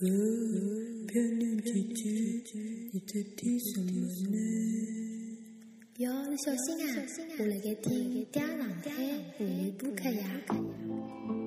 哦，漂亮姐姐，你在听什么呢？哟，你小心啊！我辣盖听《嗲浪海》女播客呀。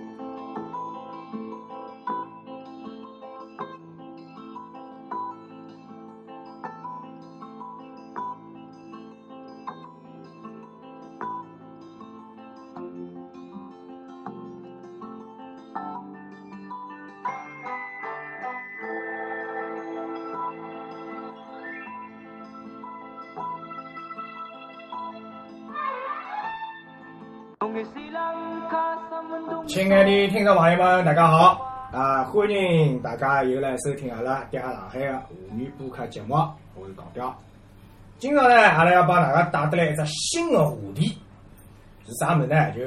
亲爱的听众朋友们，大家好！啊，欢迎大家又来收听阿拉嗲上海的妇女播客节目，我是唐彪。今朝呢，阿拉要帮大家带得来一只新的话题，是啥物事呢？就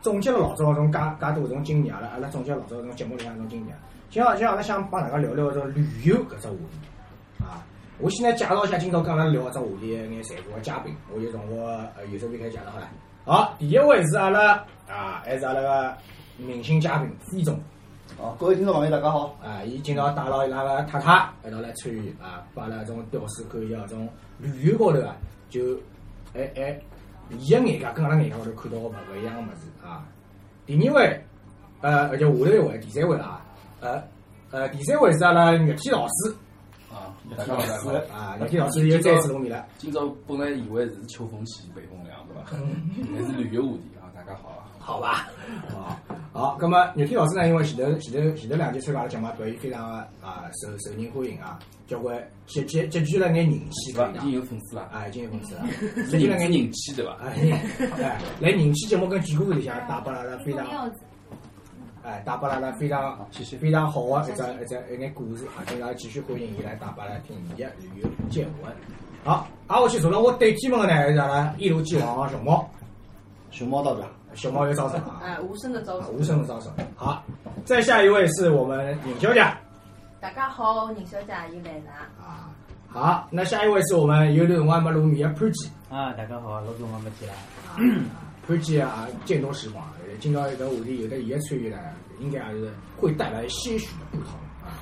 总结了老早种介介多种经验，阿拉阿拉总结了老早种节目里向种经验。今朝今朝阿拉想帮大家聊聊种旅游搿只话题啊。我先来介绍一下今朝跟阿拉聊搿只话题的一眼在座的嘉宾，我就从我呃右手边开始介绍好了。好，第一位是阿拉啊，还是阿拉个明星嘉宾飞总好，各位听众朋友，大家好。啊，伊今朝带牢伊拉个太太一道来参与啊，把阿拉种屌丝看一下种旅游高头啊，就哎哎，伊个眼界跟阿拉眼界高头看到个勿一样个物事啊。第二位，呃，而且下头一位，第三位了啊，呃呃，第三位是阿拉玉天老师啊，大家好大家好啊，玉天老师又再次露面了。今朝本来以为是秋风起，北风凉，对 吧？还是旅游话题啊，大家好啊。好吧，好，好，那么牛天老师呢，因为前头前头前头两期参加阿拉节目，表现非常的啊受受人欢迎啊，交关积积积聚了眼人气，对对吧？已吧经？有粉丝了，啊，已经有粉丝了，是积聚人了眼气人人气，对吧？哎哎，来人气节目跟几个里向带拨阿拉非常哎带拨阿拉非常谢谢。非常好啊的一只一只一眼故事啊，今朝继续欢迎伊来带拨阿拉听伊的旅游见闻。好，挨下去坐了我对天门的呢是阿拉一如既往啊的熊猫，熊猫 道长，熊猫又招手了啊。哎，无声的招啊，手。无声的招手。好，再下一位是我们尹小姐大家好，宁小姐又来了。啊。好，那下一位是我们有段辰光没露面的潘姐啊，大家好，老总我没去啦。啊，潘姐啊，见多识广，呃今朝搿话题有的伊的参与呢，应该还是会带来些许的不同啊。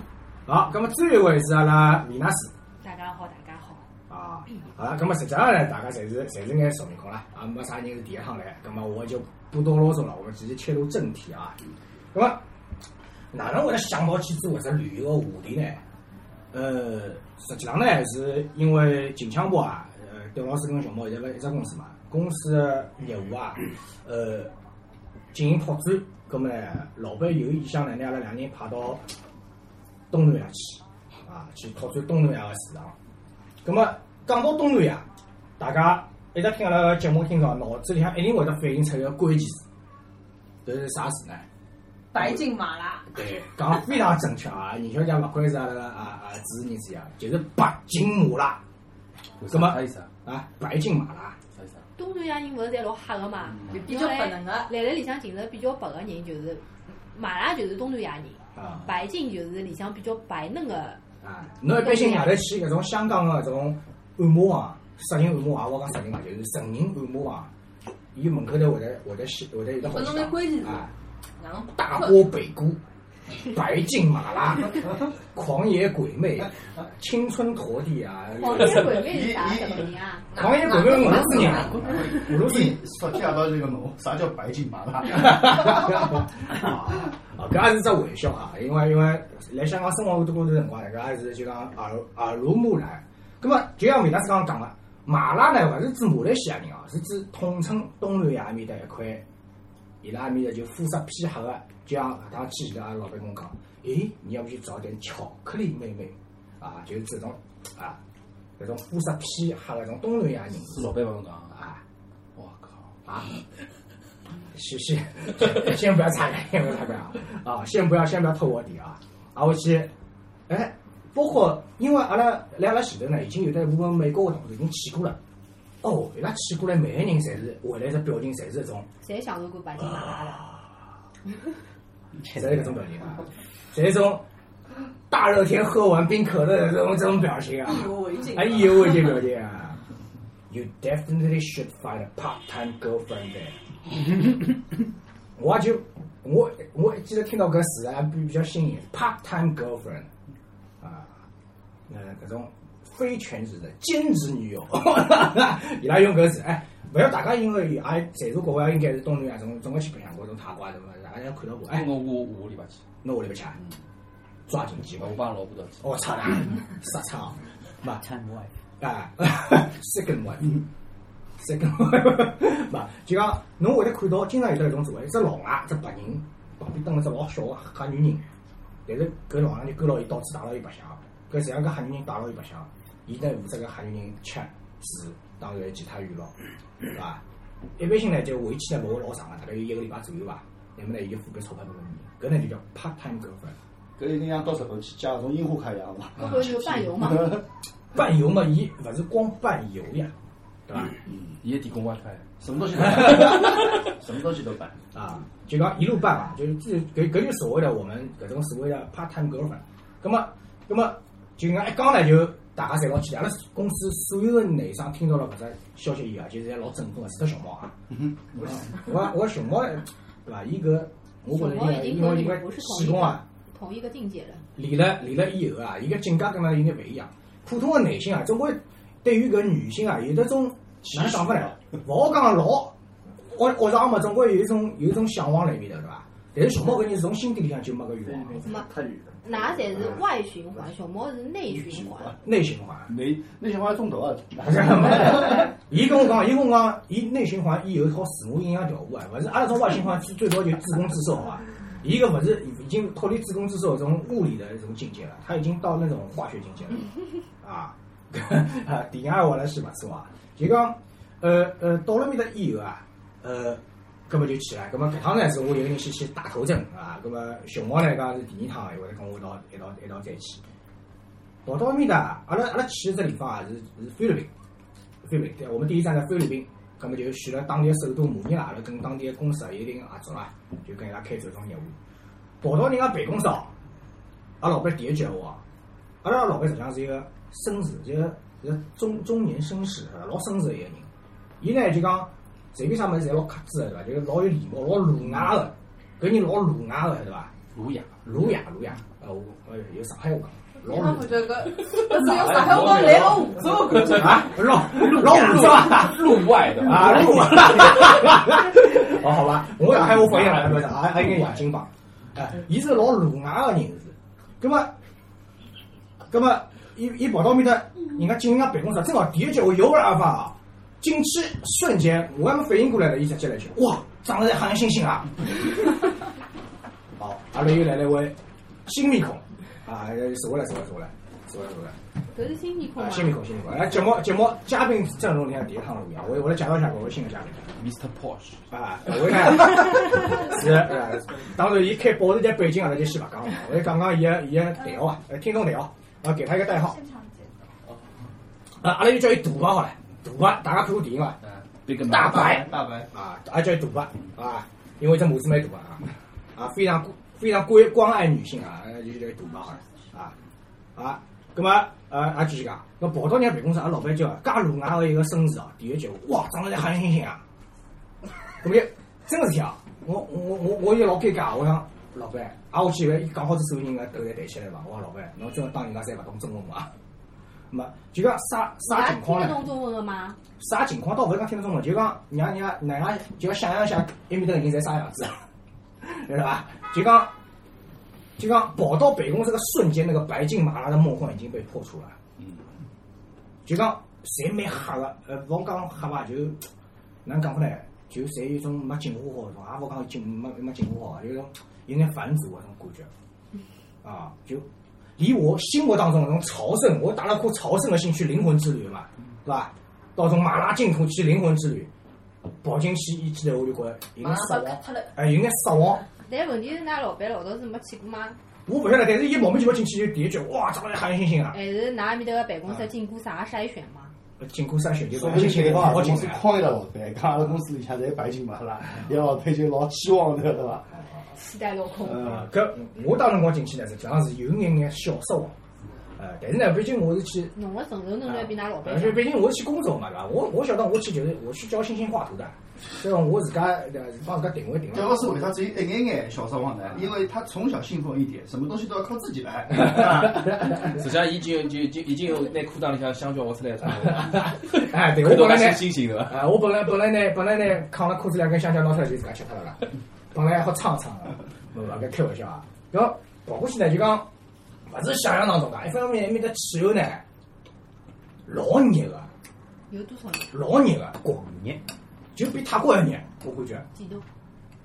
好，那么最后一位是阿拉米娜斯大家好，大家好。啊。好了，那么实际上呢，大家侪是侪是眼熟面孔啦，啊，没啥人是第一趟来，那么啊我就不多啰嗦了，我们直接切入正题啊。那么哪能会得想到去做搿只旅游个话题呢？呃，实际上呢，是因为近腔部啊，呃，刁老师跟熊猫现在勿一只公司嘛，公司的业务啊，呃，进行拓展，葛么呢，老板有意向呢，拿阿拉两个人派到东南亚去，啊，去拓展东南亚个市场。葛么讲到东南亚，啊大家一直听阿拉个节目听到，脑子里向一定会得反映出一个关键词，搿是啥词呢？白金马拉，对，讲得非常正确啊！尹小姐勿愧是阿拉个啊啊主持人之一啊，就是白金马拉什么？啥意思啊？啊，白金马拉。啥意思啊？东南亚人勿是侪老黑个嘛，就比较白能哎啊的。来了里向其实比较白个人就是马拉就是东南亚人，啊白净就是里向比较白嫩个。啊！侬一般性外头去搿种香港个搿种按摩房、色情按摩啊房，我讲色情嘛，就是成人按摩房，伊门口头会得会得写会得有得好搿侬蛮关几键个是啊，哪能大克？波北姑、白净马拉、狂野鬼魅、青春陀地啊，黄金鬼妹是啥什么人啊？ 狂野鬼魅俄罗斯人啊，俄罗斯人。 昨天夜到就跟侬，啥叫白金麻辣？啊，搿也是只玩笑啊，因为因为来香港生活多过段辰光，搿也是就讲耳耳濡目染。葛末就像维纳斯刚刚讲个，马拉呢勿是指马来西亚人哦，是指统称东南亚埃面搭一块，伊拉埃面搭就肤色偏黑个，就像搿趟去伊拉老板跟我讲，诶，你要不去找点巧克力妹妹啊，就是这种啊，搿种肤色偏黑个种东南亚人是老板帮侬讲啊？啊。我靠！啊，先先 先不要擦干，先不要擦干啊！啊，先不要先不要透我底啊！啊，我去，哎，包括因为阿拉来阿拉前头呢，已经有得一部分美国的同事已经去过了。哦，伊拉去过来，每个人侪是回来的表情，侪是一种，侪享受过白金马拉啊了。侪是搿种表情啊，侪是一种大热天喝完冰可乐的这种这种表情啊。意犹未尽。哎呦，我这表姐啊！You definitely should find a part-time girlfriend there 我也就我我记得听到搿词啊，比比较新颖，part time girlfriend 啊，呃，搿种非全职的兼职女友， 伊拉用搿词，哎，勿要大家因为也侪是国外，应该是东南亚种，总归去白相过，种泰国什么，大家看到过，哎我，我下个礼拜去，那我里边吃，抓紧机会我，帮老婆头去。我操啦，杀操，嘛。 time wife。啊 ，second one，second one，嘛，就讲侬会得看到，经常有得一种做法，一只老外，一只白人，旁边蹲了只老小个黑女人，但是搿老外就跟牢伊到处带牢伊白相，搿实际上搿黑女人带牢伊白相，伊呢负责搿黑女人吃住，当然其他娱乐，对伐？一般性呢就回去呢勿会老长个，大概有一个礼拜左右伐。那么呢，伊就付搿钞票拨侬搿呢就叫 part time girlfriend。搿一定要到日本去加搿种樱花开一样嘛。我啊感觉 半游嘛，伴游嘛，伊勿是光伴游呀，对伐？伊也提供 WiFi，什么东西都办， 什么东西都办。啊，就讲一路办啊，就是这搿搿就所谓的我们搿种所谓的 part time girlfriend。咁么，咁么就讲一讲呢，就大家侪老期待。阿拉公司所有的男生听到了搿只消息以后，就是侪老振奋个，除脱熊猫啊。我我我熊猫对伐？伊搿我觉着应该应该应该气功啊，同一个境界了。练了练了以后啊，伊个境界跟阿拉有点勿一样。普通的男性啊，总归对于搿女性啊，有得种哪能讲法呢？勿好讲老学学上嘛，总归有一种有一种向往辣里面头，对伐？但是熊猫搿人是从心底里向就没搿欲望，哪侪是外循环，小猫是内循环。内循环。内内循环中毒啊！ 伊跟我讲，伊跟我讲，伊内循环伊有一套自我影响调和啊，勿是阿拉种外循环最最多就自攻自受啊。伊搿勿是已经脱离自攻自受这种物理的这种境界了，他已经到那种化学境界了啊。 啊，第二话来是勿错啊，就讲呃呃到了面搭以后啊，呃。葛么就去了，葛么搿趟呢是我一个人先去打头阵啊，葛么熊猫呢讲是第二趟，会得跟我一道一道一道再去。跑到埃面搭，阿拉阿拉去的这地方啊是是菲律宾，菲律宾，对，我们第一站在菲律宾，葛么就选了当地的首都马尼拉，阿拉跟当地的公司啊有一定合作啦，就跟伊拉开展种业务。跑到人家办公室哦，阿拉老板第一句闲话啊，阿拉老板实际上是一个绅士，一个一个中中年绅士，是吧老绅士的一个人。伊呢就讲，随便啥物事侪老克制的，对伐？就是老有礼貌，老儒雅的，搿人老儒雅的，对伐？儒雅，儒雅，儒雅，呃，我呃有上海话讲， 老儒我觉得搿搿只有上海话来个五洲感觉。啊，老老五是吧？路外的啊，路。哦，好吧，我上海我反应来了，还还应该亚金吧？哎，伊是老鲁雅个人是，葛么，葛么，伊伊跑到面搭，人家进人家办公室，正好第一句我有个阿发啊，进去瞬间我还没反应过来呢，伊直接来一句，哇，长得侪黑人猩猩啊！好，阿拉又来了一位新面孔啊，熟了熟了熟了熟了熟了。搿是新面孔啊，嘛？新面孔，新面孔。哎，节目节目嘉宾阵容里向第一趟录音啊，我我来介绍一下搿位新的嘉宾 Mr. Porsche，啊，我呢是呃，当然伊开保时捷背景阿啊拉就先勿讲了，我就讲讲伊个伊个代号啊，呃听众代号，啊，给他一个代号，啊，阿拉就叫伊大白好了，大白，大家看过电影伐？嗯，Big Mac，大白大白，啊，阿拉叫伊大白啊，因为这母子蛮大啊，啊，非常非常关关爱女性啊，呃就叫伊大白好了啊。啊，咁么呃，也继续讲，搿跑到人家办公室，阿拉老板叫介儒雅个一个绅士哦，第一句哇，长得像黑人猩猩啊！咁么真个是啊，我我我我也老尴尬，我想老板，啊我去以为伊讲好子所有人个头侪抬起来伐？我讲老板，侬真个当人家侪勿懂中文伐？咁么就讲啥啥情况听得呢？懂中文了吗？啥情况？倒勿是讲听得懂的，就讲让人家哪能就要想象一下埃面头人侪啥样子，啊对伐？就讲就讲跑到办公室个瞬间，那个白净马拉的梦幻已经被破除了。嗯，就讲侪蛮黑个，呃，勿讲黑伐，就哪能讲法呢？就侪有一种没进化好的种，也勿讲进没没进化好的，有一种有眼返祖个种感觉。啊，就离我心目当中那种朝圣，我打了颗朝圣的心去灵魂之旅嘛，是伐？到种马拉净土去灵魂之旅，跑进去一记头我就觉着有马眼失上被望割，脱了，哎，有眼失望。但问题是，㑚老板老早是没去过吗？我勿晓得，但是伊莫名其妙进去就第一句，哇，长得像黑猩猩啊！还是㑚埃面头个办公室经过啥筛选吗？经过筛选就说讲不黑定猩谁猩帮好阿进公司来。诓一个老板，讲阿拉公司里向侪白金马啦，伊老板就老期望的对伐？期待落空。嗯，呃搿我当辰光进去呢，实际上是有眼眼小失望，呃，呃，但是呢，毕竟我是去侬个承受能力比㑚老板而且强。毕竟我是去工作嘛，对伐？我我晓得我去就是我去教星星画图的，所以我自家呃帮自家定位定 位这。个是为啥只有一眼眼小说王呢？因为他从小信奉一点，什么东西都要靠自己来。 啊实际上，伊就就就已经有拿裤裆里向香蕉挖 出来了，哎，对我看本到来他呢，星星对伐？啊，我本来本来呢，本来呢，扛了裤子两根香蕉拿出来就自家吃脱了啦。本来还好啊撑撑的，勿勿该开玩笑啊。然后跑过去呢，就讲勿是想象当中的，一方面埃面的气候呢，老热个，有多少人？老热个，国热，就比泰国还热，我感觉。几度？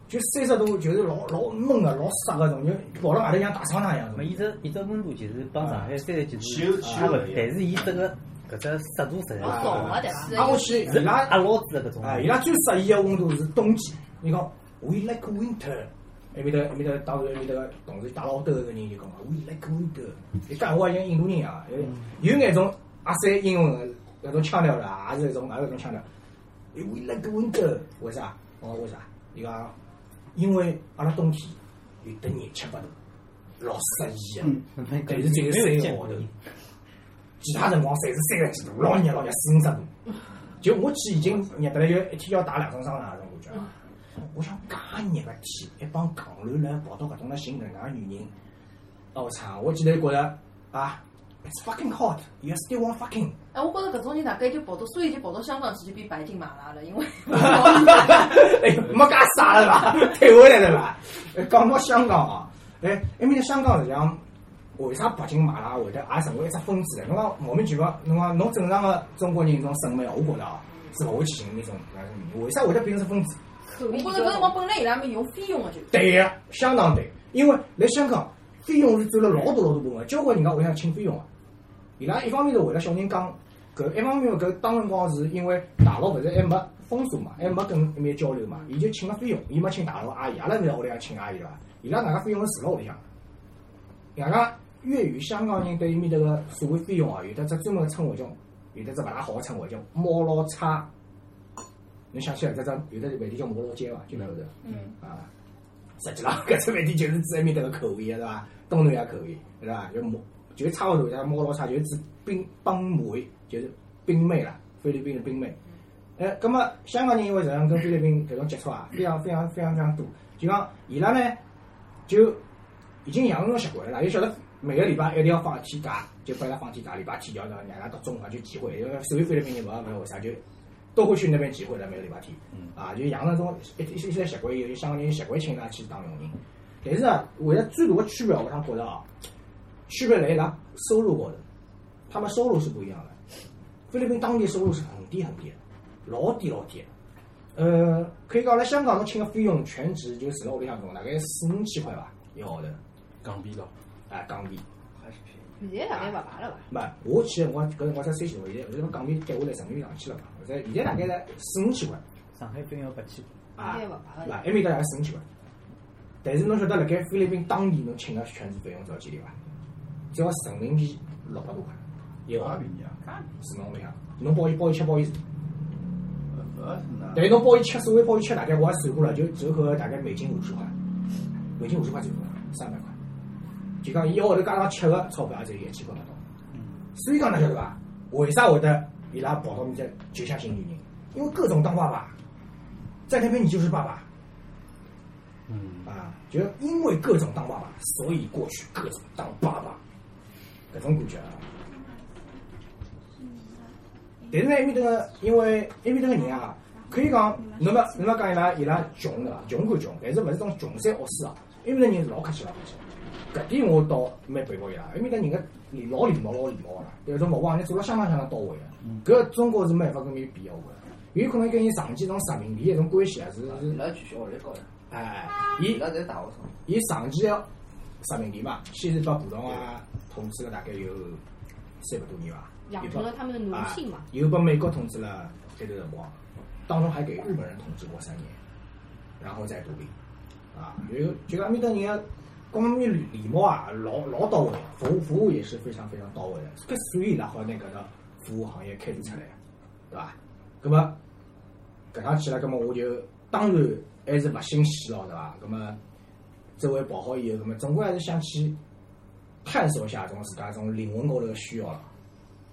就三十度，就是老老闷啊个，老塞个，种就跑到外头像大商场一样，什么那么伊只伊只温度其实帮上海三十几气候度气差候勿多不，一样但是伊这个搿只湿度实在老是早个对伐？啊，我去，伊是拉阿老子的搿种。啊，伊拉最适宜个温度是冬季。伊讲，We like winter。埃面头埃面头，当时埃面头个同事带老兜个人就讲，We like winter。伊讲话像印度人一样，有有眼种阿三英文个搿种腔调啦，也是一种也是一种腔调。We like winter，为啥？我讲为啥？伊讲，因为阿拉冬天有得廿七八度，老适啊宜个。没但是只有三个号头，其他辰光侪是三十几度，老热老热，四五十度。就我去已经热得来，就一天要打两身伤那种感觉啊。我想，介热个天，一帮戆卵来跑到搿种来寻搿能介女人，哦我操！我记头觉着啊，It's fucking hot, you still want fucking。哎，我觉着搿种人大概就跑到，所以就跑到香港去就变白金马拉了，因为 哎，没介傻了吧？退回来了吧？哎，讲到香港啊，哎，埃面的香港实际上，为啥北京麻辣会得也成为一只分支呢？侬讲莫名其妙，侬讲侬正常的中国人搿种审美，我觉着啊，是勿会去寻那种，呃为啥会得变成分支？我觉着搿辰光本来 伊拉没用菲佣个就，对呀、相当对，因为来香港，菲佣是占了老多老多部分，交关人家会想请菲佣啊。伊拉一方面是为了小人讲，搿一方面搿当辰光是因为大陆勿是还没封锁嘛，还没跟埃面交流嘛，伊就请了菲佣，伊没请大陆阿姨，阿拉勿是屋里向请阿姨伐？伊拉外加菲佣是住辣屋里向的，外加粤语香港人对伊面头个所谓菲佣啊，有的只专门个称呼叫，有的只勿大好个称呼叫猫老叉。侬想起来，这只有的饭店叫摩罗街伐？就那头头。嗯。啊，实际上 搿只饭店就是指埃面搭个口味啊，是伐？东南亚口味，是伐？就摩就是差勿多，像摩罗啥就是指冰帮妹，就是冰妹啦，菲律宾的冰妹。哎，葛么香港人因为实际上跟菲律宾搿种接触啊，非常非常非常非常多，就讲伊拉呢就已经养成了习惯了啦，伊晓得。每个礼拜一定要放一天假，就拨伊拉放天假，礼拜天就要让伊拉到中午啊去聚会，因为所有菲律宾人勿晓得为啥就都会去那边集会的，每个礼拜天。啊，就养成种一一一些习惯，有些香港人习惯请伊拉去当佣人。但是呢，为了最大的区别，我想觉得啊，区别在伊拉收入高头，他们收入是不一样的。菲律宾当地收入是很低很低的，老低老低的。呃，可以讲来香港，侬请个菲佣全职就住辣屋里向种，大概四五千块吧，一个号头，港币咯，哎，港币。现在大概勿排了伐？没，我去的辰光搿辰光才三千块，现在现在港币跌下来，成本上去了嘛，现在现在大概在四五千块。上海冰要八千，啊，应该勿排对伐了？。埃面搭也省钱伐？但是侬晓得，辣盖菲律宾当地侬请个全职费用多少钱钿伐？啊只要人民币六百多块，一个号头便宜啊！住侬屋里向，侬包伊包伊吃包伊住。呃，但是侬包伊吃，所谓包伊吃，大概我也算过了，就折合大概每斤五十块，每斤五十块左右，三百块。就讲伊一个号头加上吃个钞票也只有一千块勿到。所以讲侬晓得伐？为啥会得伊拉跑到面搭就想寻女人？因为各种当爸爸，在那边你就是爸爸。嗯，啊，就因为各种当爸爸，所以过去各种当爸爸，搿种感觉啊。但是呢，埃面搭个，因为埃面搭个人啊，可以讲，侬勿侬勿讲伊拉伊拉穷对伐？穷归穷，但是勿是种穷三恶四啊。埃面搭人是老客气老客气，搿点我倒蛮佩服伊拉。埃面搭人个老礼貌老礼貌个啦，有种服务行业做了相当相当到位个。搿中国是没办法跟伊比个，我觉着。有可能跟伊长期种殖民地一种关系啊，是是伊拉去学历高头，哎，伊伊拉侪大学生，伊长期要殖民地嘛，先是把啊葡萄牙统治了大概有三百多年吧，养成了他们的奴性嘛。又被美国统治了这段辰光，当中还给日本人统治过三年，然后再独立。啊，有就讲埃面搭人啊，各方面礼礼貌啊，老老到位，服务服务也是非常非常到位的。搿所以伊拉好拿搿个服务行业开展出来，对伐？葛么搿趟去了，葛么我就当然还是勿新鲜咯，对伐？葛么周围跑好以后，葛么总归还是想去。探索一下种自家种灵魂高头的需要了，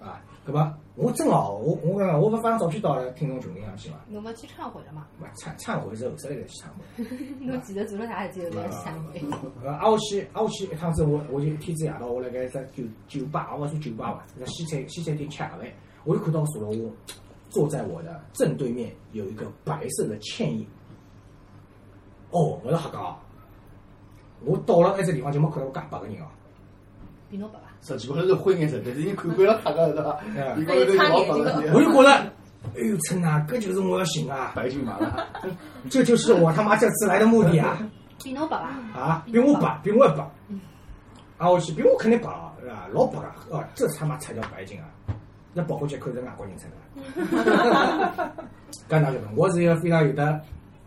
啊，搿么我真哦，我我刚刚我勿发张照片到了听众群里向去嘛，侬勿去忏悔了嘛？勿忏忏悔是后头来再去忏悔。嗯侬记得做了啥事体，勿要去忏悔。呃，挨下去挨下去一趟子，我我就一天子夜到，我辣盖只酒酒吧，我勿算酒吧吧，在西餐西餐厅吃夜饭，我就看到坐了我坐在我的正对面有一个白色的倩影。哦，勿是瞎讲哦，我到了埃只地方就没看到介白个人哦。比侬白伐？实际高头是灰颜色，但是你看惯了黑个是吧？嗯你高头老白我了，就觉着，哎呦，天哪，搿就是我要寻啊！白金马了，这就是我他妈这次来的目的啊！比侬白伐？啊，比我白，比我还白。啊，我去，比我肯定白了，是吧？老白啊！哦，这他妈才叫白金啊！那保护节看是外国人出的。搿哪晓得？我是一个非常有得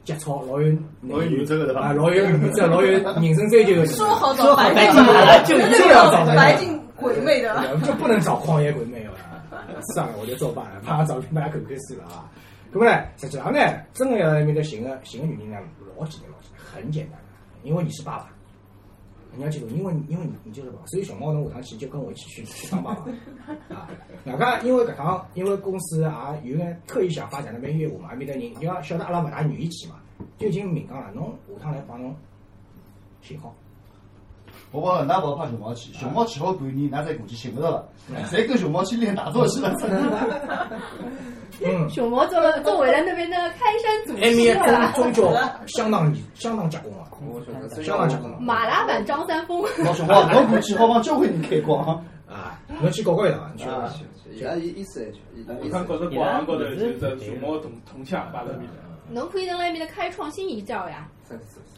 节操、老有老有原则的对吧啊，老有原则、老有人生追求的人。说好找白白净金马了，就一一定定要要找 找白白金净鬼魅的。对就不能找狂野鬼魅了。 算了，我就作罢了，把照片大家看看算了啊。那么呢，实际上呢，真的要在面对寻个寻个女人呢，老简单老简单，很简单的，因为你是爸爸，你要记住，因为因为你你就是爸爸，所以熊猫侬下趟去就跟我一起去去当爸爸啊。外加因为搿趟，因为公司啊也有眼特意想发展那边业务嘛，埃面搭人，你要晓得阿拉勿大愿意去嘛，就已经明讲了，侬下趟来帮侬寻好。我帮㑚勿好派熊猫去，熊猫去好半年，㑚再过去寻勿着了，侪跟熊猫去练打坐去了。嗯。哎熊猫做了做为了那边的开山祖埃师面了，宗宗教相当相当结棍啊，我晓得，相当结棍啊！马拉版张三丰。老熊猫，侬过去好帮交关人开光。啊，侬去搞搞一趟，你去搞搞啊一趟。，伊拉伊意思一句，伊拉我意看思觉着广场高头就是熊猫铜铜像啊摆在面头。侬可以在那面的开创新一教呀，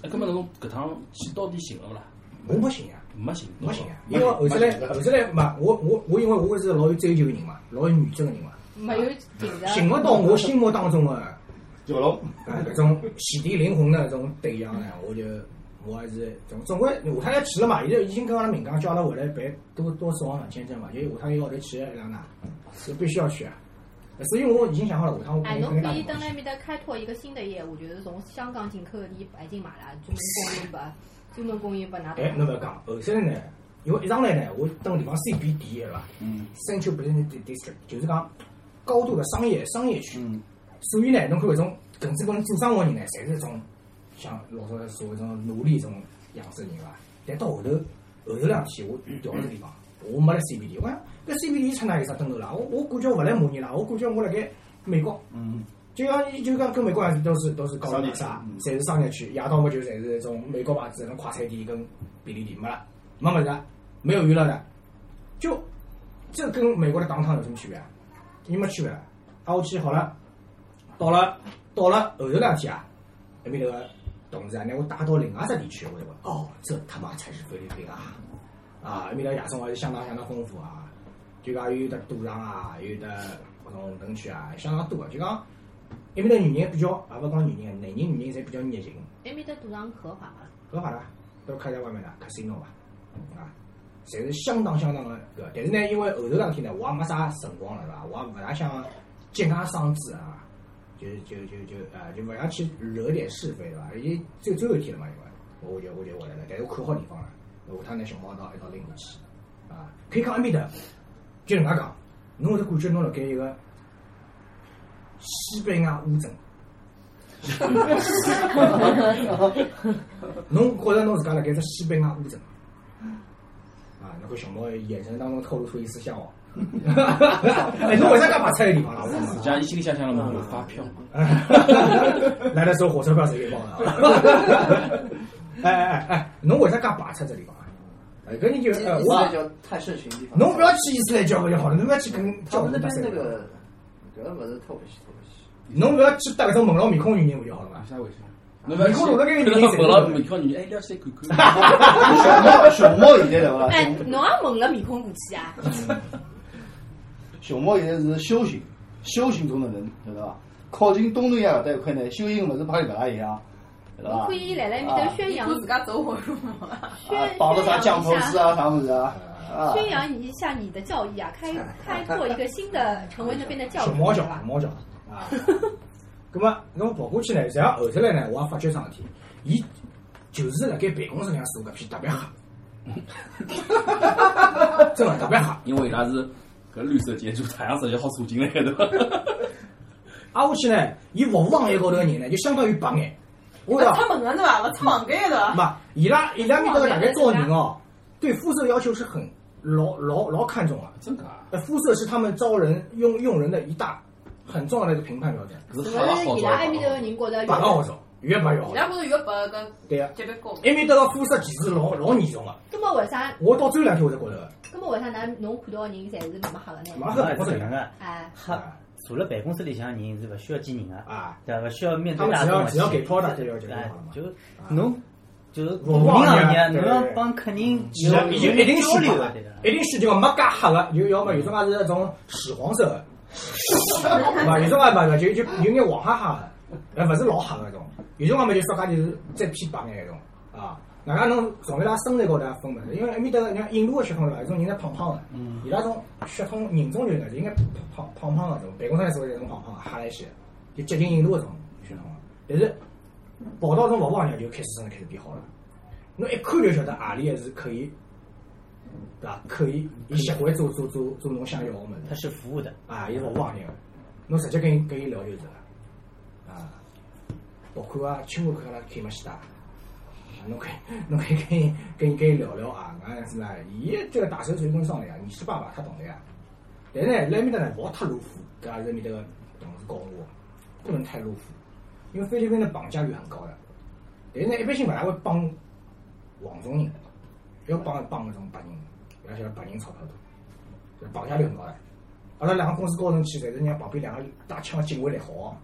哎，搿么侬搿趟去到底寻了勿啦？我没寻呀，没寻，没寻呀，因为后头来后头来嘛，我我我因为我是个老有追求个人嘛，老有原则个人嘛，没有顶着。寻勿到我心目当中的啊就老搿种洗涤灵魂的搿种对象呢，啊我就我还是总总归下趟要去了嘛，现在已经跟阿拉明讲叫阿拉回来办多多次往返签证嘛，就下趟要后头去两哪，是必须要去啊。所以我已经想好了，下趟我哎，肯定侬跟可以大等那面的开拓一个新的业务，就是从香港进口你白金马拉，专门供应拨，专门供应拨拿。哎，侬勿要讲，后头呢，因为一上来呢，我等地方 CBD 是伐？嗯 Central Business District 就是讲高度的商业商业区。嗯，所以呢，侬看搿种搿只帮做生活人呢，侪是种像老早所谓种奴隶种样式人伐？但到后头呃后头两天，我调了个地方，我没来 CBD，我讲搿 CBD 出哪有啥登头啦？我我感觉勿来摩尼啦，我感觉我辣盖美国。嗯，就讲就讲跟美国还是都是都是高楼啥，侪是商业区，夜到么就侪是那种美国牌子，那种快餐店跟便利店没了，没么子了，没有娱乐的，就这跟美国的当趟有什么区别啊？你没区别啊！啊，我去好了，到了到了后头两天啊，那边那个同事啊，拿我带到另外只地区，我就问，哦，这他妈才是菲律宾啊！啊，那边的夜生活是相当相当丰富啊，就讲有的赌场啊，有的搿种灯区啊，相当多啊，就讲。埃面搭女人比较，也勿讲女人，男人女人侪比较热情，那面的赌场合法吗？合法啦，都开在外面啦，casino 伐，啊，侪是相当相当的搿，但是呢，因为后头两天呢，我也没啥辰光了，是伐？我也勿大想节外生枝啊，就就就就啊，就勿想去惹点是非，是伐？已经最最后一天了嘛，因为我我就我就回来了，但是我看好地方了，下趟拿熊猫到一道拎过去，啊，可以讲埃面搭，就能介讲，侬会得感觉侬辣盖一个西班牙乌镇。侬觉着侬自家辣盖只西班牙乌镇啊？侬看熊猫眼神当中透露出一丝向往。 哎，侬为啥介把菜的地方啦？我问自家伊心里想想了嘛，有发票嘛，侬来的时候火车票谁给报的啊？哎哎哎哎，侬为啥介排斥这地方啊？哎，搿人就哎，意我思叫太社群地方。侬不要去伊斯兰教会就好了，侬不要去跟他教们会那搭边塞那。个，搿勿是偷不起偷不起。侬不要去搭搿种蒙牢面孔女人勿就好了嘛有？啥回事？你看我那个女人问了门口女，哎，要谁看看？熊猫熊猫现在对伐？哎，侬也蒙了面孔过去啊？熊猫现在是修行，修行中的人，晓得伐？靠近东南亚搿搭一块呢，修行勿是帮伊搿搭一样，晓得伐侬可？以来那面的宣扬我自家走火入魔，啊宣，绑了啥宣降扬头一师下。啊，啥物事啊？啊，宣扬一下你的教义啊，开开拓一个新的，成为那边的教熊主猫是叫吧？猫叫啊。咁么，那么跑过去呢，实际上后头来呢，我也发觉桩事体，伊就是辣盖办公室里向做搿批特别黑，真的特别好。因为伊拉是搿绿色建筑，太阳直接好射进来对伐？挨下去呢，伊服务行业高头个人呢，就相当于白眼。我嗯勿讲，出门个对伐？勿出网盖对伐？嘛，伊拉伊拉面搭个大概招人哦，对肤色要求是很老老老看重啊。真的啊，那肤色是他们招人用用人的一大很重要的一个评判标准，搿是是黑了好伊多拉埃面头个人觉着白个好找，越白越好伊找。拉觉着越白跟对呀、啊，级别高。埃面搭个肤色歧视老老严重个，啊葛末为啥？我到最后两天我才觉着，葛末为啥㑚侬看到个人侪是搿么黑个嘛呢？黑也不是正搿常能个，哎，黑坐辣办公室里向的人是勿需要见人个，啊。对伐？勿需要面他对们大只众要的只要给去 product 就要就哎好了嘛。就啊侬就是我同忘了行业，对侬要帮客人其实有已经一定交是哎流白的的对伐，？一定是这个没介黑的，有要么有种也是那种屎黄色的，嘛有种也勿是，就就有眼黄哈哈的，呃，勿是老黑的那种，有种也么就说介就是再偏白眼那种啊。外加侬从伊拉身材高头也分勿出，因为埃面搭个像印度个血统对伐？有种人是胖胖的，伊拉种血统人种就是搿种应该胖胖胖的那种，办公室里坐的那种胖胖的哈来些，就接近印度个种血统的。但是跑到种勿往里就开始真的开始变好了，侬一看就晓得何里个是可以对伐？可以，伊习惯做做做做侬想要个物它事，是服务的，啊，伊勿忘人个，侬直接跟伊跟伊聊就是了，啊，包括啊，亲我看阿拉开嘛西打，啊，侬可以侬可以跟 伊跟伊跟伊聊聊啊，俺样子啦，伊这个大手水工上来啊，你是爸爸，他懂的呀，但是呢，来面搭呢勿好太露富，搿也是埃面搭个同事教我，不能太露富，因为菲律宾的绑架率很高的，但是呢，一般性勿大会帮黄种人。要帮帮搿种白人，伊拉晓得白人钞票多，绑架率很高的。阿拉两个公司高层去，侪是让旁边两个带枪警卫来好，啊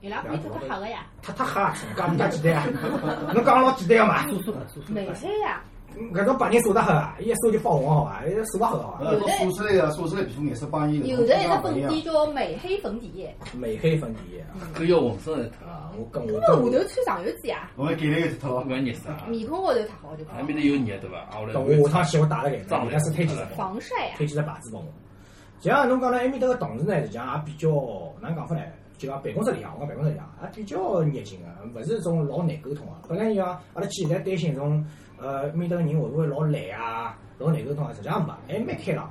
伊拉可以特别黑个呀，太太吓人，讲介简单啊！侬讲老简单个嘛？美黑呀，搿种白人手得黑啊，伊一手就发红好伐？伊手勿黑好伐？啊呃，说出来个，说出来皮肤颜色帮伊有的一个粉底叫美黑粉底液，美黑粉底液搿要浑身来脱啊！啊！我跟我葛末跟我下头穿长袖子呀，我们给那个头勿要热死啊！面孔高头擦好就可埃面以头了，有热对伐？啊，我来我下趟去我带了给脏侬，了人家是推荐的。防晒呀。推荐只牌子拨我。实际上，侬讲呢，埃面搭个同事呢，实际上也比较哪能讲法呢？就讲办公室里向，我讲办公室里向也比较热情个，勿是种老难沟通个。本来伊讲阿拉去现在担心种呃埃面搭个人会勿会老懒啊，老难沟通啊，实际上没，还蛮开朗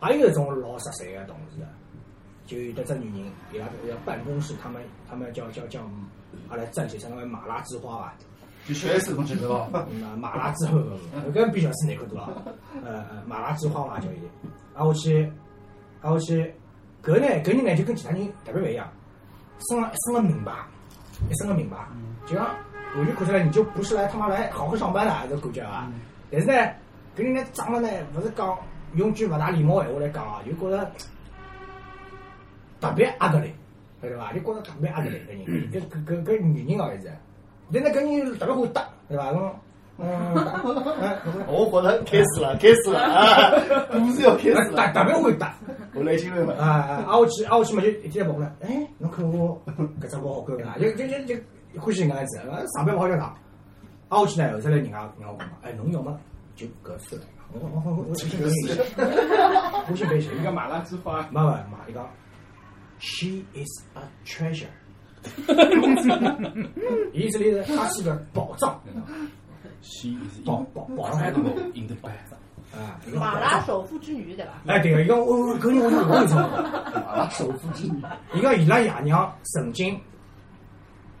的。也有一种老实在个同事的，就有得只女人，伊拉伊拉办公室，他们他们叫叫叫阿拉站起来，称为马拉之花伐、就小 S 同学对伐？嗯，马拉之后，搿比较是难看多了。呃，呃马拉之花嘛叫伊，啊我去，啊我去，搿呢搿人呢就跟其他人特别勿一样，身上一身个名牌，一身个名牌，就像完全看出来你就不是来他妈来好好上班的这感觉啊。但是呢，搿人呢长得呢勿是讲用句勿大礼貌闲话来讲啊，就觉着特别阿格里，晓得伐？就觉着特别阿格里搿人，搿搿搿搿女人啊还是。但是搿人特别会搭，对伐？侬， 嗯， 我觉着开始了，开始了啊！故事要开始特了，特别会搭 我来劲了嘛。啊！挨下去，挨下去嘛，就一天跑过来，哎，侬看我搿只包好看啊伐？就就就就欢喜搿样子，上班勿好叫打。挨下去呢，后头来人家让我讲嘛，哎，侬要么就搿算了。我我我我我先背一下，我先背一下。伊讲马拉之花，妈妈妈，伊讲，She is a treasure。伊这里是她是个宝藏西是宝宝宝还是我印得白？啊！马拉首富之女对伐？哎，对个，伊讲我我搿人我就我有种， 首富之女，伊讲伊拉爷娘曾经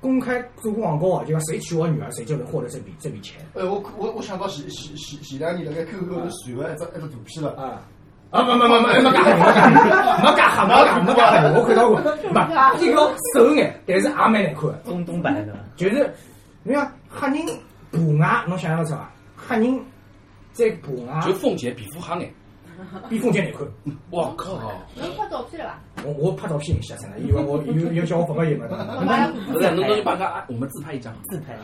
公开做过广告啊，就讲谁娶我女儿，谁就能获得这笔这笔钱哎，我我我想到前前前前两年那个 QQ 头传了一只一只图片了，啊。啊，没没没没没干没干没干没干没干，我看到过，没比较瘦眼，但是也蛮难看的。中东版对伐？就是你看黑人补牙，侬想象得出伐？黑人在补牙就凤姐皮肤黑眼，比风景难看。我靠！侬拍照片了伐？我我拍照片吓死了，以为我以为以为叫我发个言嘛。我来不是，侬侬就帮他，我们自拍一张。自拍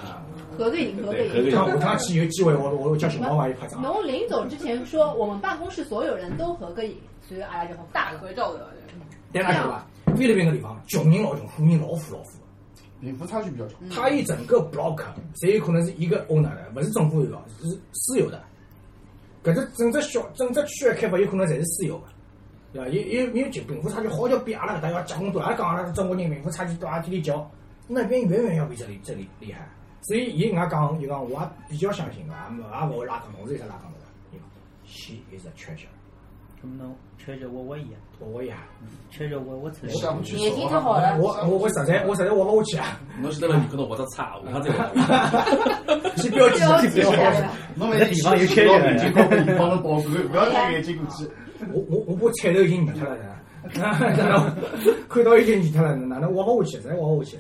合个影，合个对，合影。个下 影。趟去有机会，我我叫小猫王爷拍张。侬临走之前说，我们办公室所有人都合个影，所以阿拉就好大大合。合照对伐？但哪晓得伐？菲律宾个地方，穷人老穷，富人老富老富。贫富差距比较小。他一整个 block 侪有可能是一个 owner 的，不是政府有的，是私有的。搿只整只小整只区的开发有可能侪是私有的，对伐？有有有就贫富差距好像比阿拉搿搭要结棍多，阿拉讲阿拉中国人贫富差距大，天天叫，那边远远要比这里这里厉害。所以伊跟我讲，伊讲我也比较相信个，啊也勿会拉坑，侬是一直拉坑的。伊讲，She is a treasure，那么侬缺着挖挖伊啊，我会呀，缺着挖挖出来。下不去眼睛手太啊。好了，我我我实在我实在活勿下去 啊，侬晓得了，你可能活得差，下趟再 来。去标记标记标记。侬万一地方有缺老眼人睛高头，你帮侬保护， 不要戴眼镜过去。我我我把菜头已经移脱了呢， 看到已经移脱了，哪能挖勿下去？实在挖勿下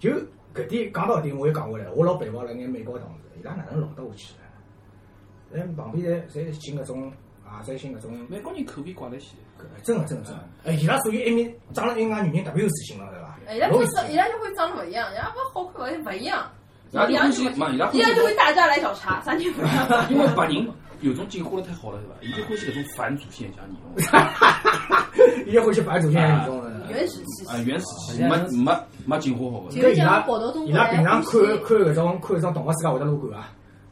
去。就搿点讲到底，我又讲回来，我老佩服了眼美国同事，伊拉哪能老得下去的？人旁边侪侪信搿种啊，侪信搿种，美国人口味怪了些，真个真个真个。哎，伊拉属于埃面长了一眼女人特别有自信了，对伐？哎伊拉就是伊拉就会长得不一样，伊拉不好看勿一样，然后伊就拉欢就喜，嘛，伊拉欢伊拉就喜，会大家来找茬，啥人不一样？因为白人有种进化的太好了，对吧？伊就欢喜搿种反祖现象，你懂吗？伊拉回去摆祖先眼中了。原始气啊，息，原始期没没没进化好的，就就伊拉像跑到中伊国拉来平常看欢喜看搿种看搿种动物世界会得撸管啊，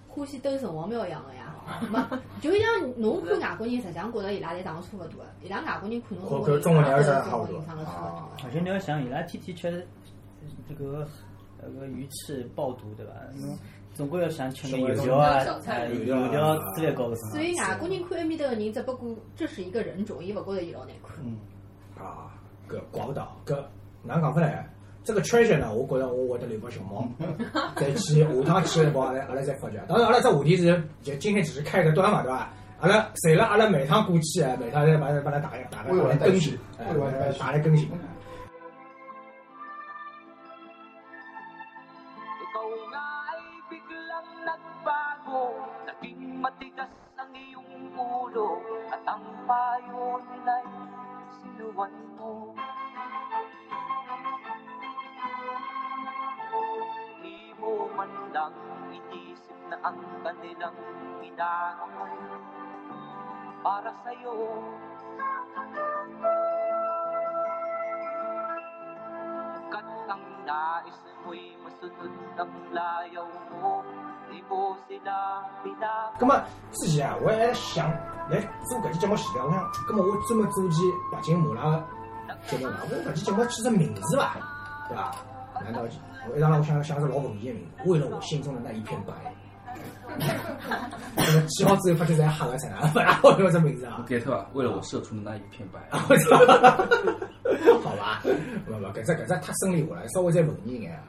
欢喜登城隍庙一样的呀，没就像侬看外国人，实际上觉着伊拉侪长得差勿多的，伊拉外国人看侬中国人，长得长得差啊勿多。而且你要想，伊拉天天吃这个呃个鱼翅爆肚，对吧？侬总归要想吃个油条啊，哎油条之类搞个所啥？以外国人看埃面头个人，只不过这是一个人种，伊勿觉着伊老难看。啊，搿怪勿到搿哪能讲法来？这个 treasure 呢，我觉着我会得留拨熊猫，再去下趟去辰光，阿拉阿拉再发掘。当然，阿拉这话题是就今天只是开个端嘛，对伐？阿拉随了阿拉每趟过去，啊每趟再把把它打一打打打来更新，哎打来更新。 Ikaw nga ay biglang nagbago Naging matigas ang iyong ulo At ang payo nila'y sinuwan mo Di mo man lang inisip na ang kanilang ginagawa ay Para sa'yo Kat ang nais mo'y masunod ang layaw mo Di mo sila pinag 葛么之前啊，我还想来做搿期节目前头，我想，葛么我专门做期白金麻辣个节目嘛，我搿期节目起只名字伐，对伐？难道我一上来我想想是老文艺个名字，为了我心中的那一片白。 那么起好之后发现侪黑个成 啊，勿大好用这名字啊。改特啊，为了我射出的那一片白，我操！ 好吧，勿勿，搿只搿只太生理化了，稍微再文艺眼啊。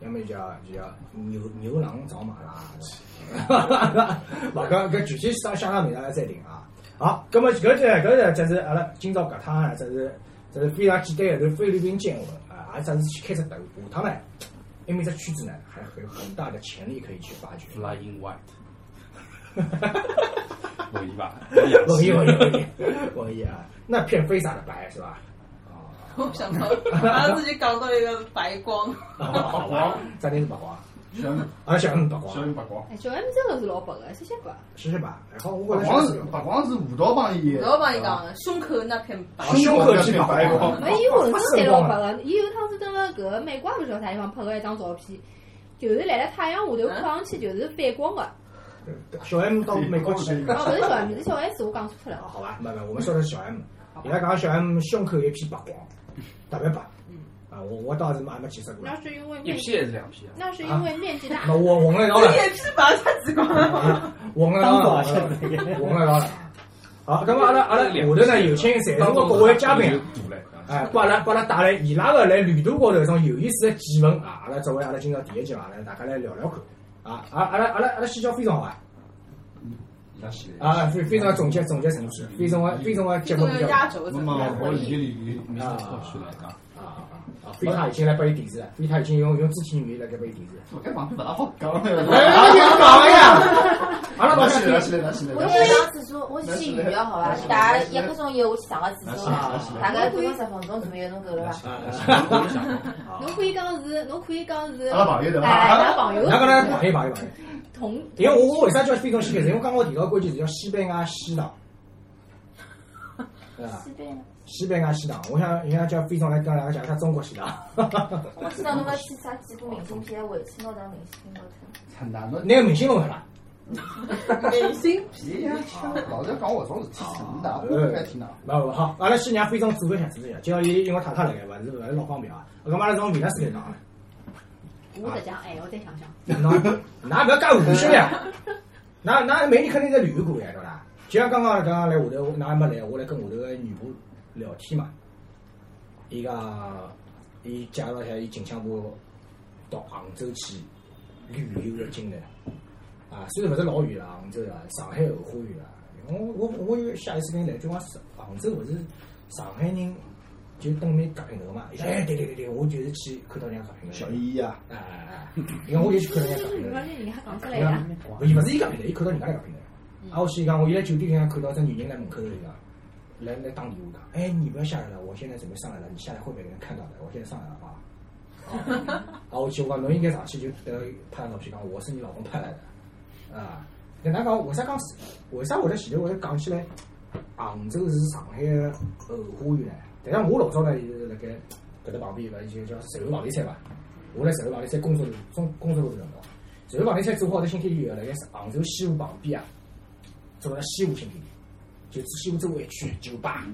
要么就叫就叫牛牛郎找马啦，勿搿搿具体啥想啥物事阿拉再定啊。好，葛末搿只搿只就是阿拉今朝搿趟啊，这是这是非常简单个，是菲律宾见闻啊，也只是去开只头。下趟呢，因为这圈子呢还有很大的潜力可以去发掘。 Flying White，文艺吧？文文艺文艺文艺文艺啊，那片非常的白是吧？哦 我想到，然后自己搞到一个白光，好吧，咱这是白光，小人啊，小人白光小，人白光，哎，小 M 真的是老白个，谢谢白。是是吧？然后我白觉光得是白光是舞蹈帮伊不的，要帮伊讲，胸口那片哦白，胸口去白光，没，伊浑身侪老白个，伊有趟子登了搿个美国勿晓得啥地方拍个一张照片，就是辣辣太阳下头看上去就是反光个。小 M 到美国去，哦，勿是小 M，是小 S，我讲错了。好吧？没没，我们说的是小 M，伊拉讲小 M 胸口一片白光，特别白。啊，我我倒是还没见识过。那是因为一面，批还是两批啊？那是因为面积大那。我混了到我 了，眼皮马上紫光了。 混了当到做了啊，，这个混了到 了。好，那么阿拉阿拉下头呢，有请在座的各位嘉宾。堵嘞，哎，帮阿拉帮阿拉带来伊拉个来旅途高头一种有意思的见闻啊！阿拉作为阿拉今朝第一集嘛，来大家来聊聊看啊！啊，阿拉阿拉阿拉先叫非常好啊！伊拉系列啊，非非常总结总结程序，非常个非常个节目都比 较要压轴那怎么么样？我理解理解。没啥跳去来讲，啊啊啊！非常已经来拨伊提示了，啊非常已经用用肢体语言来给拨伊提示了。我该旁边不大好讲哎，了。你要干嘛呀？阿拉拿把起来，拿起来，拿起来！我去上厕所，我去洗浴好吧？大家一刻钟以后我去上个厕所，大概过十分钟左右，侬够了啊吧？ 侬可以讲是，侬可以讲是，阿拉朋友对吧哎，阿拉朋友，哪个来朋友朋友朋友？同因为我我为啥叫非常西开始？因为刚刚我提到关键词叫西班牙西塘，对吧？西班牙，西班牙西塘，我想想叫非常来跟大家讲一下中国西塘。我记得侬要去啥几部明信片，回去拿张明信片很难的， 那个明星弄出来。明信别呀！老是要讲我种事体，你哪不该听哪？勿勿好，阿拉先让非常组织一下，组织一下。今朝伊因为太太辣盖，勿是勿是老方便啊。搿么阿拉从米拉斯开始讲啊。我实际上还要再想想。侬㑚勿要介无心呀！㑚㑚每年肯定在旅游过呀，对伐啦？就像刚刚刚来下头，㑚还没来，我来跟下头个女仆聊天嘛。伊讲，伊介绍一下伊近腔部到杭州去旅游的经历。啊，虽然勿是老远啦，杭州啦，上海后花园啦。我我我有下一次跟伊来，就讲是杭州勿是上海人就东面夹平头嘛。伊讲哎，对对对对，我就是去看到人家夹平头。小姨呀，哎哎哎，因为我也去看到人家夹平头。人家讲出来啊伊呀讲，伊勿是伊搿平台，伊看到人家搿平台。啊，我去伊讲，我伊在酒店里向看到只女人来门口头伊讲，来来打电话讲，哎，你不要下来了，我现在准备上来了，你下来会被人看到的，我现在上来了啊。啊，我去我讲侬应该上去就呃拍张照片，讲我是你老公派来的，啊，跟㑚讲为啥讲是为啥会得前头会得讲起来杭州是上海的后花园呢？但是我老早呢就是辣盖搿搭旁边有个就叫石头房地产伐，我来石头房地产工作中工作过段辰光，石头房地产做好的新天地以后，辣盖杭州西湖旁边啊，做了西湖新天地，就西湖周围一区酒吧。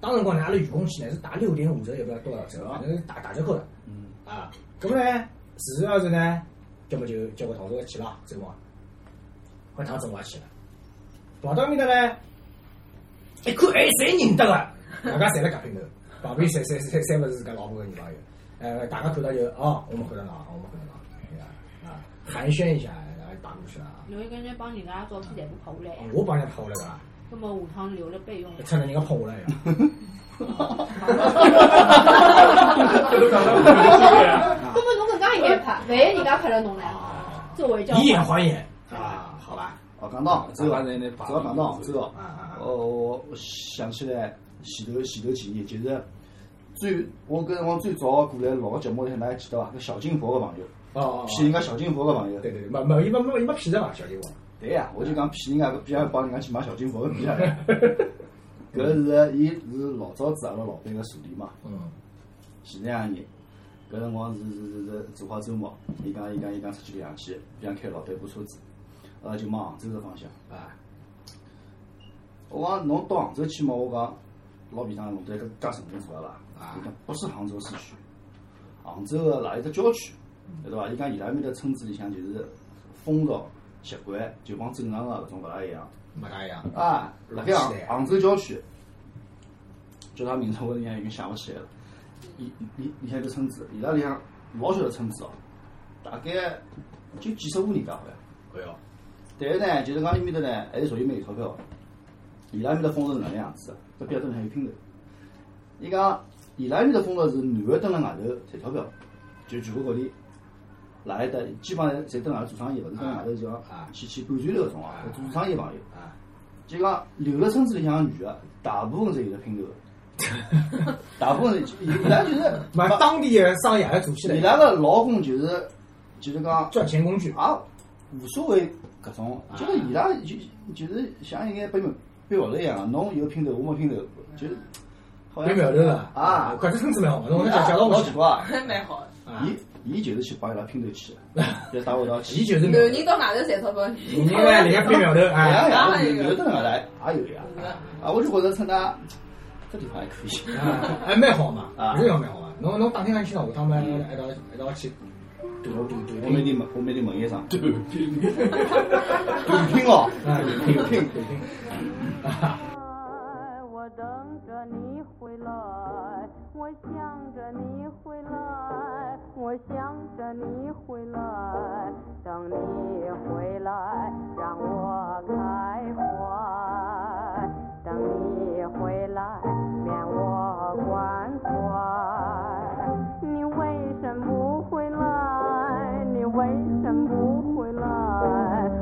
当辰光呢，阿拉员工去呢是打六点五折，也不知道多少折，反正是打打折扣的。嗯啊，咁么呢，自然而然呢，要么就叫个同事去了，周末，搿趟子我也去了，跑到面搭呢，一看哎，侪认得个，大家侪辣夹边头，旁边侪侪侪侪勿是自家老婆个女朋友，呃，大家看到就哦，我们看到了，我们看到了，对伐？啊，寒暄一下，然后打过去了。有一个人帮人家照片全部拍下来呀，我帮人家拍下来个啦，那么下趟留了备用 呀。趁着人家拍下来呀。那么侬搿家应该拍，万一人家拍了侬呢？作为交以眼换，还眼啊，好吧，哦，讲到杭州啊，这主要讲到杭州哦啊啊，哦，我想起来前头前头几年，就是最我搿辰光最早过来录个节目，像大家记得伐？搿小金佛个朋友，哦哦，骗人家小金佛个朋友，对对对，没没，伊没没伊没骗人嘛，小金我。对呀，我就讲骗人家，搿比方帮人家去买小金佛个比啊，搿是伊是老早子阿拉老板个助理嘛，嗯，前两年，搿辰光是是是是做好周末，伊讲伊讲伊讲出去白相去，白相开老板部车子，阿拉就往杭州搿方向。啊，我讲侬到杭州去嘛，我讲老便当，侬对搿介成功做伐啦？伊讲不是杭州市区，杭州个哪里只郊区，对伐？伊讲伊拉埃面搭村子里向就是风潮习惯就帮正常个搿种勿大一样没大一样。啊。辣盖杭乱起来杭州郊区，叫啥名字我现在已经想勿起来了。伊里里向一个村子，伊拉里向老小个村子哦，大概就几十户人家好像。哎哟，但是呢，就是讲伊面搭呢，还是属于蛮有钞票的。伊拉面搭风潮是哪能样子啊？搿表头里向有拼头。伊讲伊拉面搭风潮是男个蹲辣外头赚钞票，就全国各地哪里搭基本上侪蹲外头做生意，勿是蹲外头就讲去去搬砖头搿种啊，做生意朋友。啊，就讲留辣村子里向个女个，大部分侪有得拼头的，大部分是伊伊拉就是买当地的商业还做起伊来，拉个劳工就是就是讲。赚钱工具啊，也无所谓搿种，就是伊拉就就是像一眼被被苗头一样，侬有拼头，我没拼头，就是好啊有像苗头了啊搿只村子蛮好嘛，侬能介介绍老我奇去。怪啊， 蛮好的。啊伊伊就是去帮伊拉拼头去的，就带我一道伊去。啊就是男人到外头赚钞票，人家来人家背苗头， 哎哎，呀，有的来也有呀，啊，我就觉得趁他这地方还可以，啊还蛮好嘛，啊嗯搿地方蛮好嘛。侬侬打听下去喏，下趟们一道一道去短短短我每拼天问我每天问一声，对 拼，短拼哦， 啊，拼拼。短拼。我等着你回来，我想着你回来，我想着你回来，等你回来让我开怀，等你回来免我关怀。你为什么不回来？你为什么不回来？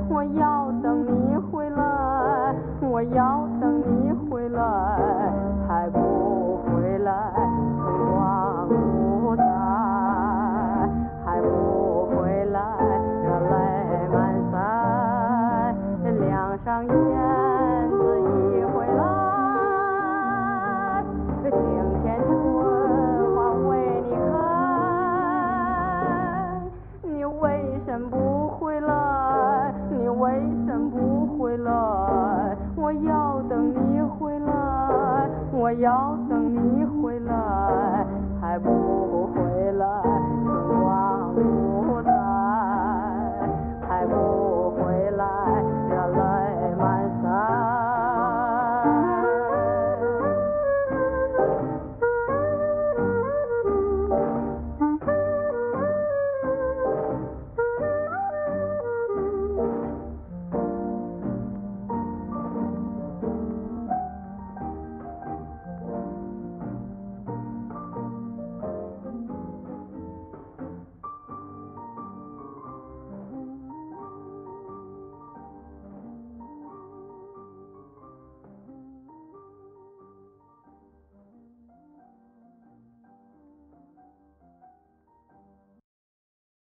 我要等你回来，我要等你回来，还不回来，春光不再，还不回来，热泪满腮，两上燕子一回来，庭前春花为你开。你为什么不回来？你为什么不回来？我要等你回来，我要等